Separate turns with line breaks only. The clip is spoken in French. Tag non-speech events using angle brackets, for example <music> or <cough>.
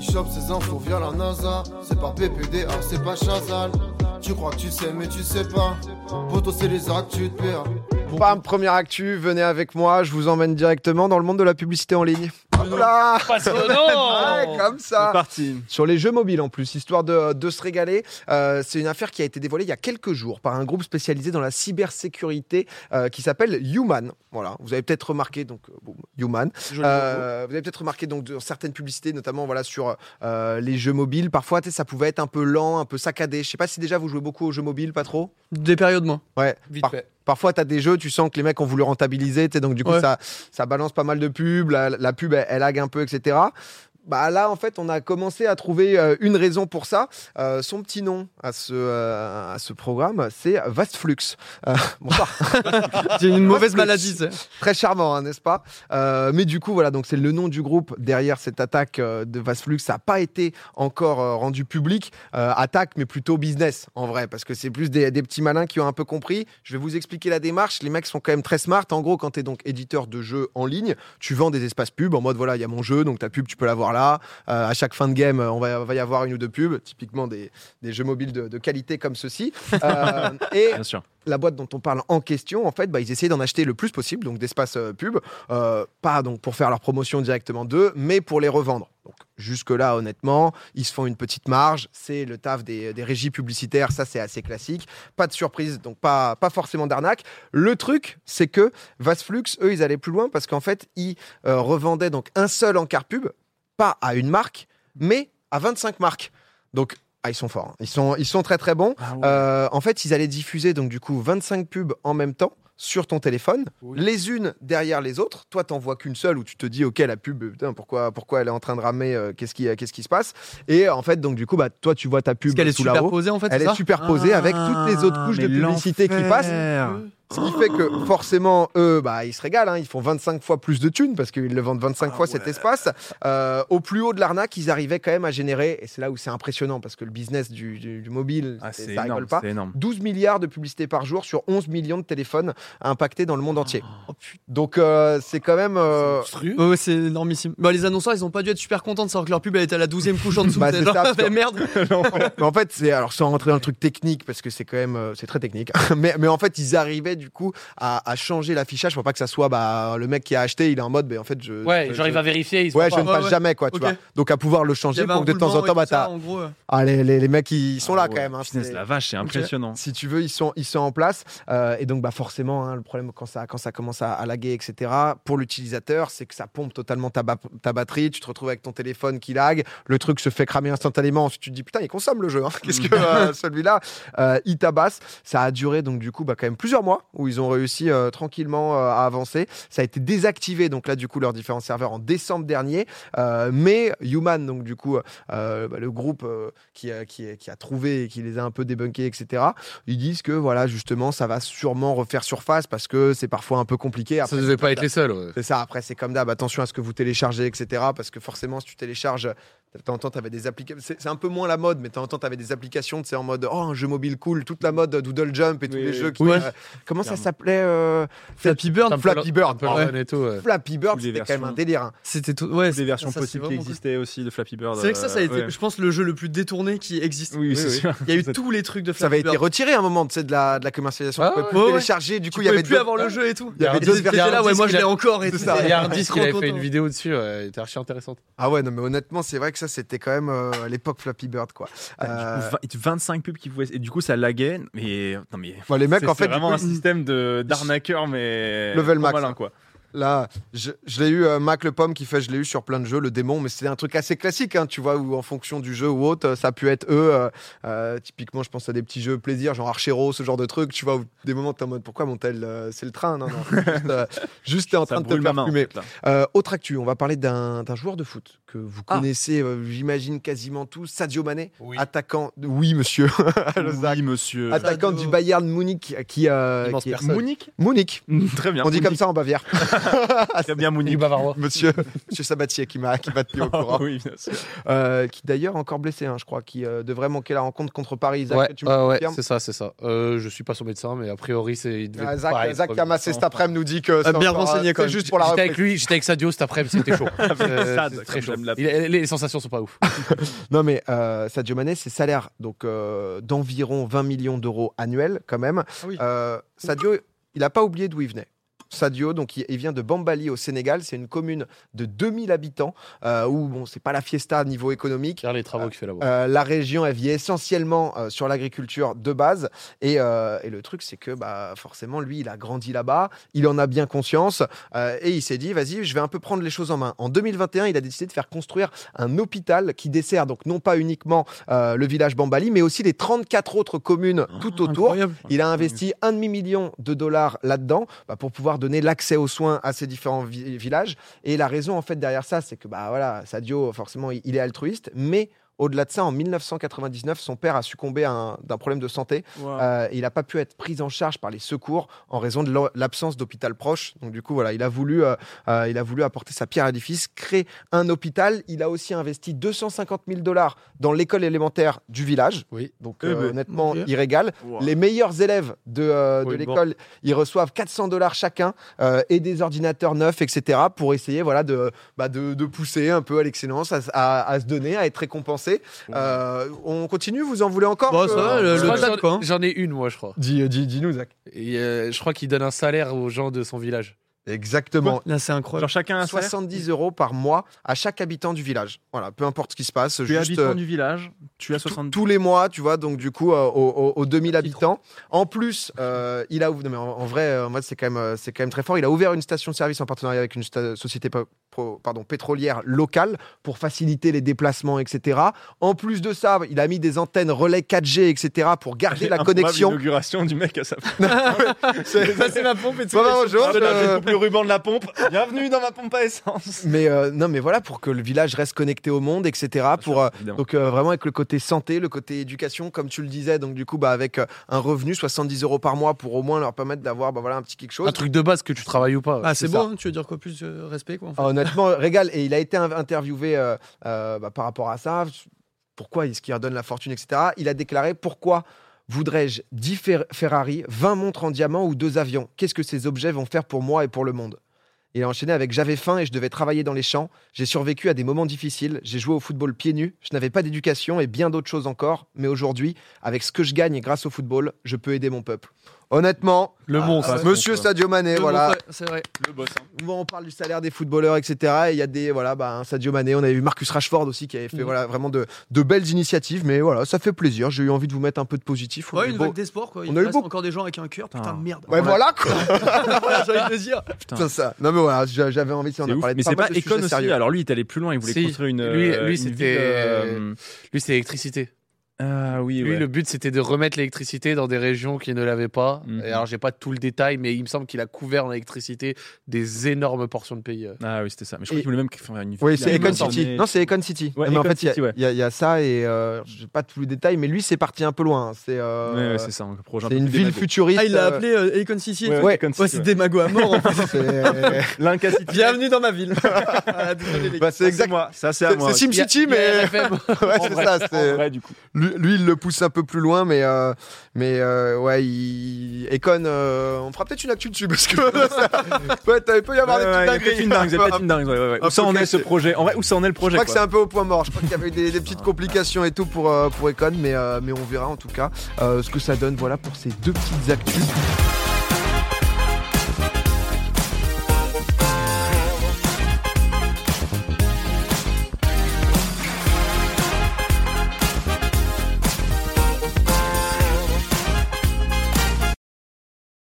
chope ses infos via la NASA. C'est pas PPDA, c'est pas Chazal. Tu crois que tu sais, mais tu sais pas. Poto, c'est les actes, tu te perds.
Bam, première actu, venez avec moi, je vous emmène directement dans le monde de la publicité en ligne. Hop là
Oh. <laughs>
Ouais,
Passionnant
comme ça
parti.
sur les jeux mobiles en plus, histoire de, de se régaler. Euh, c'est une affaire qui a été dévoilée il y a quelques jours par un groupe spécialisé dans la cybersécurité euh, qui s'appelle Human. Voilà, vous avez peut-être remarqué donc euh, boum, Human. Euh, vous avez peut-être remarqué donc dans certaines publicités, notamment voilà sur euh, les jeux mobiles. Parfois, tu sais, ça pouvait être un peu lent, un peu saccadé. Je sais pas si déjà vous jouez beaucoup aux jeux mobiles, pas trop.
Des périodes moins.
Ouais.
Vite fait.
Parfois, tu as des jeux, tu sens que les mecs ont voulu rentabiliser, tu sais, donc du coup,
Ouais.
ça, ça balance pas mal de pubs, la, la pub, elle, elle lag un peu, etc. Bah là, en fait, on a commencé à trouver euh, une raison pour ça. Euh, son petit nom à ce, euh, à ce programme, c'est Vastflux. Euh, bonsoir.
C'est une mauvaise maladie, ça.
Très charmant, hein, n'est-ce pas Euh, Mais du coup, voilà, donc c'est le nom du groupe derrière cette attaque euh, de Vasflux. Ça n'a pas été encore euh, rendu public. Euh, attaque, mais plutôt business, en vrai, parce que c'est plus des, des petits malins qui ont un peu compris. Je vais vous expliquer la démarche. Les mecs sont quand même très smart. En gros, quand tu es donc éditeur de jeux en ligne, tu vends des espaces pubs en mode voilà, il y a mon jeu, donc ta pub, tu peux l'avoir là. Euh, à chaque fin de game, euh, on va, va y avoir une ou deux pubs, typiquement des, des jeux mobiles de, de qualité comme ceci. Euh, et
Bien sûr.
la boîte dont on parle en question, en fait, bah, ils essayaient d'en acheter le plus possible, donc d'espace euh, pub, euh, pas donc pour faire leur promotion directement d'eux, mais pour les revendre. Donc jusque-là, honnêtement, ils se font une petite marge, c'est le taf des, des régies publicitaires, ça c'est assez classique, pas de surprise, donc pas, pas forcément d'arnaque. Le truc, c'est que Vasflux, eux, ils allaient plus loin parce qu'en fait, ils euh, revendaient donc un seul encart pub, pas à une marque, mais à 25 marques. Donc, ah, ils sont forts, hein. ils, sont, ils sont très très bons.
Ah
Euh, en fait, ils allaient diffuser donc du coup 25 pubs en même temps sur ton téléphone, les unes derrière les autres. Toi, t'en vois qu'une seule où tu te dis, ok, la pub, putain, pourquoi, pourquoi elle est en train de ramer euh, Qu'est-ce qui, qu'est-ce qui se passe Et en fait, donc du coup, bah, toi, tu vois ta pub
Parce qu'elle est
sous la roue.
superposée, en fait,
Elle
c'est
est
ça Ah,
superposée avec toutes les autres couches de publicité qui passent. Ce qui fait que forcément, eux, bah, ils se régalent. hein. Ils font 25 fois plus de thunes parce qu'ils le vendent 25
Ah
fois cet espace. Euh, au plus haut de l'arnaque, ils arrivaient quand même à générer, et c'est là où c'est impressionnant parce que le business du, du- du mobile,
Ah,
c'est-
c'est
ça rigole
énorme,
pas.
c'est énorme.
12 milliards de publicités par jour sur 11 millions de téléphones impactés dans le monde entier.
Ah.
Donc euh, c'est quand même... euh,
Ouais, ouais, c'est énormissime. Bah, les annonceurs, ils ont pas dû être super contents de savoir que leur pub elle était à la 12ème couche en dessous.
Bah,
c'est
c'est
genre,
ça,
<laughs> mais merde.
mais en fait, c'est alors sans rentrer dans le truc technique parce que c'est quand même euh, c'est très technique. <laughs> mais, mais en fait, ils arrivaient du coup à, à changer l'affichage pour pas que ça soit bah, le mec qui a acheté, il est en mode, mais en fait, je...
Ouais,
je-
genre il va vérifier. il se
Ouais, je
voit
ne
pas.
Ouais,
passe
ouais.
jamais, quoi, tu
Ok.
vois. Donc, à pouvoir le
Il y
changer
avait
pour
un
que de temps en
roulement et
temps, bah,
tout ça,
t'as-
en gros, euh.
Ah, les, les- les mecs, ils sont là
Ah
quand
ouais,
même. hein,
punaise,
c'est-
la vache, c'est impressionnant.
si tu veux, ils sont, ils sont en place. Euh, et donc, bah, forcément, hein, le problème quand ça, quand ça commence à, à laguer, etc., pour l'utilisateur, c'est que ça pompe totalement ta, ba- ta batterie. Tu te retrouves avec ton téléphone qui lag. Le truc se fait cramer instantanément. Ensuite, tu te dis, putain, il consomme le jeu. hein. Qu'est-ce que euh, celui-là Euh, Il tabasse. Ça a duré, donc, du coup, bah, quand même plusieurs mois où ils ont réussi euh, tranquillement euh, à avancer. Ça a été désactivé, donc là, du coup, leurs différents serveurs en décembre dernier. Euh, mais Human, donc, du coup, euh, bah, le groupe euh, qui, euh, qui, qui a trouvé et qui les a un peu débunkés, etc., ils disent que voilà justement ça va sûrement refaire surface parce que c'est parfois un peu compliqué Après,
Ça devait pas être les seuls. ouais.
c'est ça après c'est comme d'hab attention à ce que vous téléchargez etc parce que forcément si tu télécharges de temps en temps t'avais des applications c'est c'est un peu moins la mode mais de temps en temps t'avais des applications tu sais en mode oh un jeu mobile cool toute la mode Doodle Jump et tous les jeux qui,
Oui.
euh, comment ça s'appelait euh,
Flappy Bird,
Temple-
Flappy Bird
Temple
pardon.
Run et tout. ouais.
Flappy Bird
Toutes les
c'était quand même un
versions.
délire hein.
c'était tout. Ouais,
Toutes les versions
ça, c'est
possibles qui
vraiment cool.
existaient aussi de Flappy Bird.
C'est vrai que ça, ça a
euh,
été,
ouais.
je pense, le jeu le plus détourné qui existe.
Oui, c'est sûr.
Il y a eu tous les trucs de
ça avait
Flappy
été
Bird.
retiré à un moment tu sais, de la, de la commercialisation
Ah
tu pouvais plus
ouais, ouais.
télécharger du coup il
Tu
y
pouvais
avait
plus avoir le jeu et tout. Ah,
il y avait
Et
d'autres
t'étais
versions.
là, ouais, moi je
Il y a-
l'ai encore et tout.
ça.
Il y
<laughs>
a un disque,
Trop
il avait fait
content.
une vidéo dessus, ouais, elle était archi intéressante.
ah ouais non mais honnêtement c'est vrai que ça c'était quand même euh, à l'époque Flappy Bird quoi Euh,
Ah, Du coup, vingt- 25 pubs qui pouvaient. Et du coup, ça laguait. Mais. Non, mais.
Bon, les mecs,
C'est-
en
c'est
fait, du
vraiment
coup,
un système de- d'arnaqueur, mais.
Level
trop
max,
malin,
hein.
quoi.
là, je, je l'ai eu, euh, Mac le Pomme qui fait, je l'ai eu sur plein de jeux, le démon, mais c'est un truc assez classique, hein, tu vois, où en fonction du jeu ou autre, euh, ça a pu être eux. euh, euh, typiquement, je pense à des petits jeux plaisir, genre Archero, ce genre de truc, tu vois, où des moments, t'es en mode, pourquoi mon tel, euh, c'est le train, non, non, juste, euh, juste t'es en
Ça
train de te
brûle ma
faire
main. en
fumer.
fait, là.
Euh, autre actu, on va parler d'un d'un joueur de foot que vous connaissez, euh, j'imagine quasiment tous, Sadio Mané, attaquant, oui monsieur,
Oui,
<laughs>
monsieur.
attaquant
Sadio.
du Bayern Munich, qui, euh,
Immense
qui est-
personne.
Munich,
Très bien.
on dit comme ça en Bavière. Ah,
Très bien Mouni.
Du bavarois.
<laughs> Monsieur, Monsieur Sabatier qui m'a qui m'a tenu au courant,
oui, bien sûr.
Euh, qui d'ailleurs est encore blessé, hein, je crois, qui euh, devrait manquer la rencontre contre Paris. Isaac,
Ouais, euh,
tu me
ouais, ouais,
confirmes
c'est ça, c'est ça. Euh, je suis pas son médecin, mais a priori, c'est. il devait
Ah, Zach,
pas être-
Zach qui a massé cet après-midi nous dit que c'est
bien
encore,
renseigné,
euh,
quand
c'est
même.
juste pour la
J'étais
reprise.
avec lui, j'étais avec Sadio cet après-midi,
<laughs>
c'était chaud. Euh,
Sad,
c'est
comme
très chaud.
j'aime l'appeler.
Il- les, les sensations sont pas ouf.
Non mais euh, Sadio Mané, c'est salaire donc euh, d'environ 20 millions d'euros annuels quand même.
Ah oui.
Euh, Sadio, il n'a pas oublié d'où il venait. Sadio, donc il, il vient de Bambali au Sénégal, c'est une commune de 2000 habitants euh, où bon, c'est pas la fiesta à niveau économique,
Regarde les travaux qu'il fait là-bas.
Euh, la région, elle vit essentiellement euh, sur l'agriculture de base. Et, euh, et le truc, c'est que bah, forcément, lui, il a grandi là-bas, il en a bien conscience. euh, et il s'est dit, vas-y, je vais un peu prendre les choses en main. En 2021, il a décidé de faire construire un hôpital qui dessert donc non pas uniquement euh, le village Bambali, mais aussi les 34 autres communes tout autour.
Incroyable.
Il a investi un demi-million de dollars là-dedans bah, pour pouvoir donner l'accès aux soins à ces différents vi- villages. Et la raison, en fait, derrière ça, c'est que bah, voilà, Sadio, forcément, il il est altruiste, mais au-delà de ça, en 1999, son père a succombé à un- d'un problème de santé. Euh, il n'a pas pu être pris en charge par les secours en raison de l'o- l'absence d'hôpital proche. Donc du coup, voilà, il a voulu, euh, euh, il a voulu apporter sa pierre à l'édifice, créer un hôpital. Il a aussi investi 250 000 dollars dans l'école élémentaire du village.
Oui.
Donc
Eh
euh,
ben,
honnêtement,
ok.
il régale.
Wow.
Les meilleurs élèves de, euh, de
Oui, bon.
l'école, ils reçoivent 400 dollars chacun euh, et des ordinateurs neufs, etc. pour essayer voilà, de, bah, de, de pousser un peu à l'excellence, à, s- à- à se donner, à être récompensé. Euh, on continue Vous en voulez encore Euh,
Bon,
que-
Bah, ça va, le-
Je crois
le
que
stade,
j'en-
quoi, hein. euh,
J'en ai une, moi, je crois.
Dis- dis- Dis-nous, Zach.
Et, euh, je crois qu'il donne un salaire aux gens de son village.
Exactement.
Là, c'est incroyable.
Genre chacun un salaire.
70 euros par mois à chaque habitant du village. Voilà, peu importe ce qui se passe.
Tu es
juste,
habitant
euh,
du village, tu as
tous-
70.
Tous les mois, tu vois, donc du coup, euh, aux, aux- aux 2000
Petit
habitants. En plus, euh, il a ouvert, non, mais en, en vrai, euh, en vrai, c'est quand, même, euh, c'est quand même très fort. Il a ouvert une station-service en partenariat avec une sta- société pe- pro- pardon, pétrolière locale pour faciliter les déplacements, etc. En plus de ça, il a mis des antennes relais 4G, etc. pour
<laughs>
garder la
Improbable
connexion.
inauguration du mec à sa
C'est-
c'est ma pompe et
tout. Bon, bah, bonjour,
Hop Ah, là,
euh,
je coupe le ruban de la pompe. Bienvenue dans ma pompe à essence.
Mais euh, non, mais voilà, pour que le village reste connecté au monde, etc. Pour, euh,
Évidemment.
Donc euh, vraiment avec le côté santé, le côté éducation, comme tu le disais, donc du coup bah, avec euh, un revenu 70 euros par mois pour au moins leur permettre d'avoir bah, voilà, un petit quelque chose.
Un truc de base que tu travailles ou pas.
Ah, c'est
ça.
beau, hein, tu veux dire quoi plus euh, Respect, quoi. en fait.
Ah, honnêtement, <laughs> régale. Et il a été in- interviewé euh, euh, bah, par rapport à ça. Pourquoi est-ce qu'il redonne la fortune, etc. Il a déclaré pourquoi voudrais-je 10 Fer- Ferrari, 20 montres en diamant ou deux avions Qu'est-ce que ces objets vont faire pour moi et pour le monde il a enchaîné avec J'avais faim et je devais travailler dans les champs. J'ai survécu à des moments difficiles. J'ai joué au football pieds nus. Je n'avais pas d'éducation et bien d'autres choses encore. Mais aujourd'hui, avec ce que je gagne grâce au football, je peux aider mon peuple. Honnêtement,
Le monstre.
euh, Monsieur Sadio Mané,
Le
voilà.
mot, ouais, C'est vrai.
Le boss. hein.
Bon, on parle du salaire des footballeurs, etc. Et il y a des, voilà, bah, un Sadio Mané, on avait eu Marcus Rashford aussi qui avait fait
Mm.
Mhm.
voilà, vraiment de, de belles initiatives. Mais voilà, ça fait plaisir. J'ai eu envie de vous mettre un peu de positif. On a
Ouais,
eu
une
beau-
vague des sports, quoi.
on
Il
a eu
reste
beau-
encore des gens avec un cœur. Putain,
Putain.
merde.
Ouais, voilà quoi
<laughs> Voilà, J'ai envie de le dire.
Putain, ça. Non mais voilà, j'a- j'avais envie si on
C'est
a
ouf.
parlé de
Mais c'est
mal
pas
de
Econ
sujets
aussi. hein.
sérieux.
Alors lui, il est allé plus loin. Il voulait
Si.
construire une.
Lui-
euh,
lui,
une
c'était-
ville, euh,
Lui, c'est l'électricité.
euh,
Ah oui,
Lui,
ouais.
le but, c'était de remettre l'électricité dans des régions qui ne l'avaient pas.
Mhm.
Et alors, j'ai pas tout le détail, mais il me semble qu'il a couvert en électricité des énormes portions de pays. euh.
Ah oui, c'était ça. Mais
Et-
je crois qu'il voulait même faire une.
Oui,
ville
c'est
à
Econ
Amazon.
City. Non, c'est Econ City.
Ouais,
Non, mais en
Econ
fait, il y a-
City, ouais.
il y, a- il y a ça et euh, j'ai pas tous les détails, mais lui, c'est parti un peu loin. C'est euh,
Ouais, ouais, c'est ça. un projet un
c'est
peu
une ville
démago.
futuriste.
Ah, il l'a
euh,
appelé euh, Icon City.
Ouais,
Ouais.
Icon City,
Ouais, Oh, c'est
ouais.
des magos à mort. en fait. <laughs>
<laughs>
c'est-
L'Inca City.
Bienvenue dans ma ville. <laughs> Ah, désolé, les gars.
bah, c'est
C'est
exact.
moi. Ça, c'est à
C'est
moi.
c'est SimCity,
Il y a
mais <laughs>
RFM.
ouais,
En
c'est
vrai.
ça. c'est-
En vrai, du coup.
Lui, lui, il le pousse un peu plus loin, mais, euh, mais euh, ouais, il... Econ, euh, on fera peut-être une actu dessus, parce que <laughs> ça- peut, être- il peut y avoir
Ouais, ouais,
des
il y a peut-être
petites
une dingue,
dingueries.
il y a
<laughs>
peut-être une dingue, ouais, ouais, ouais.
Un
Où ça
peu
en est
cassé.
ce projet En vrai, où ça en est
Je
le projet
crois que c'est
quoi.
un peu au point mort. Je crois qu'il y avait eu
<laughs>
des, des petites complications et tout pour, euh, pour Econ, mais, euh, mais on verra en tout cas euh, ce que ça donne voilà, pour ces deux petites actus.